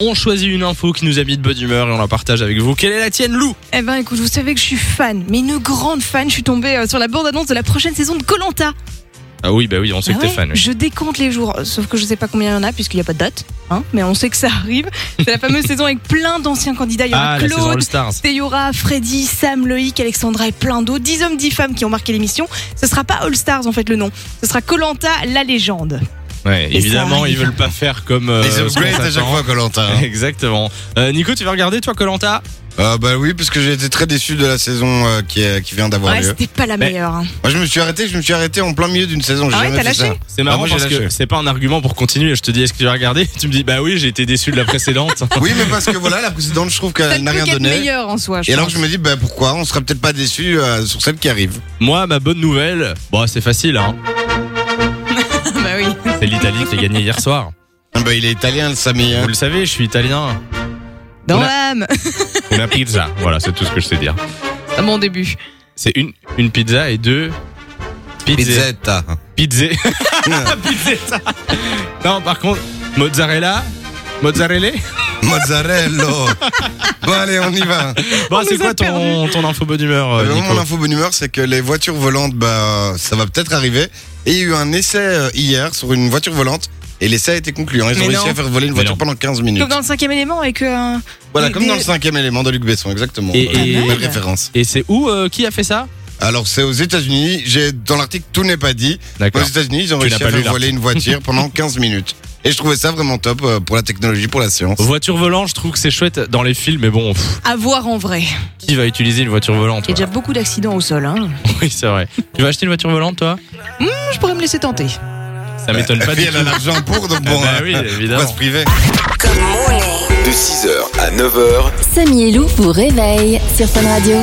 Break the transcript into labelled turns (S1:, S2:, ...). S1: On choisit une info qui nous habite de bonne humeur et on la partage avec vous. Quelle est la tienne, Lou
S2: Eh ben écoute, vous savez que je suis fan, mais une grande fan. Je suis tombée euh, sur la bande-annonce de la prochaine saison de Colanta.
S1: Ah oui, bah oui, on sait que t'es fan. oui.
S2: Je décompte les jours, euh, sauf que je sais pas combien il y en a puisqu'il n'y a pas de date, hein, mais on sait que ça arrive. C'est la fameuse saison avec plein d'anciens candidats. Il y aura
S1: Ah, la saison
S2: Claude,
S1: All Stars.
S2: Théora, Freddy, Sam, Loïc, Alexandra et plein d'autres. 10 hommes, 10 femmes qui ont marqué l'émission. Ce sera pas All Stars en fait le nom. Ce sera Colanta, la légende.
S1: Ouais,
S2: Et ça
S1: évidemment, ils
S2: arrive.
S1: veulent pas faire comme. euh,
S3: Les
S1: ce qu'on
S3: upgrades à chaque
S1: s'attend.
S3: fois, Colanta.
S1: Exactement. Euh, Nico, tu vas regarder, toi, Colanta
S3: Ah bah oui, parce que j'ai été très déçu de la saison euh, qui, euh, qui vient d'avoir
S2: ouais,
S3: lieu.
S2: c'était pas la
S1: Mais-
S2: meilleure. hein.
S3: Moi, je me suis arrêté, je me suis arrêté en plein milieu d'une saison. J'ai
S2: Ah ouais,
S3: jamais
S2: t'as
S3: fait
S2: lâché
S3: ça.
S1: C'est marrant
S3: Ah, moi, j'ai
S1: parce que
S3: lâché.
S1: c'est pas un argument pour continuer. Je te dis, est-ce que tu vas regarder Tu me dis, bah oui, j'ai été déçu de la précédente.
S3: Oui, mais parce que voilà, la précédente, je trouve
S2: Ça
S3: qu'elle
S2: ne
S3: n'a
S2: peut
S3: rien
S2: qu'être
S3: donné.
S2: meilleure en soi. je
S3: Et alors,
S2: pense.
S3: je me dis, bah pourquoi On sera peut-être pas déçu euh, sur celle qui arrive.
S1: Moi, ma bonne nouvelle, bah c'est facile, hein.
S2: bah oui.
S1: C'est l'Italie qui a gagné hier soir.
S3: Ah bah, il est italien, le Samy. hein.
S1: Vous le savez, je suis italien.
S2: Dans
S1: On a-
S2: l'âme.
S1: Una pizza. Voilà, c'est tout ce que je sais dire.
S2: À mon début.
S1: C'est une, une pizza et deux. Pizza.
S3: Pizzetta.
S1: Pizza. Pizzetta. Non, par contre, mozzarella. Mozzarella
S3: Mozzarella. Bon, allez, on y va.
S1: Bon,
S2: On
S1: c'est
S2: nous
S1: quoi
S2: a
S1: ton, ton info bonne humeur, euh,
S3: Euh,
S1: Nico
S3: mon info bonne humeur, c'est que les voitures volantes, bah, ça va peut-être arriver. Et il y a eu un essai euh, hier sur une voiture volante. Et l'essai a été concluant. Ils
S2: Mais
S3: ont réussi
S2: non.
S3: à faire voler une
S1: Mais
S3: voiture
S1: non.
S3: pendant 15 minutes.
S2: Comme dans le cinquième élément avec euh,
S3: Voilà,
S2: des-
S3: comme dans
S2: des-
S3: le cinquième élément de Luc Besson, exactement.
S1: Et-
S3: Voilà,
S1: et-
S3: belle
S2: Pas mal.
S3: référence.
S1: Et c'est où euh, Qui a fait ça
S3: Alors, c'est aux États-Unis. J'ai Dans l'article, tout n'est pas dit. Aux
S1: D'accord.
S3: États-Unis, ils ont
S1: Tu n'as
S3: réussi
S1: pas
S3: à
S1: lu
S3: faire voler une voiture pendant 15 minutes. Et je trouvais ça vraiment top euh, pour la technologie, pour la science.
S1: Voiture volante, je trouve que c'est chouette dans les films, mais bon, pff,
S2: à voir en vrai.
S1: qui va utiliser une voiture volante
S2: Il y a déjà
S1: voilà.
S2: beaucoup d'accidents au sol. Hein.
S1: Oui, c'est vrai. Tu vas acheter une voiture volante, toi
S2: Moi, Je pourrais me laisser tenter.
S1: Ça m'étonne pas
S3: Et puis,
S1: du
S3: elle a
S1: tout.
S3: l'argent pour, donc
S1: Ah
S3: bon,
S1: bah
S3: euh,
S1: oui,
S3: on va se
S1: évidemment.
S3: priver.
S4: De 6h à 9h,
S5: Samy et Lou vous réveille sur Fun Radio.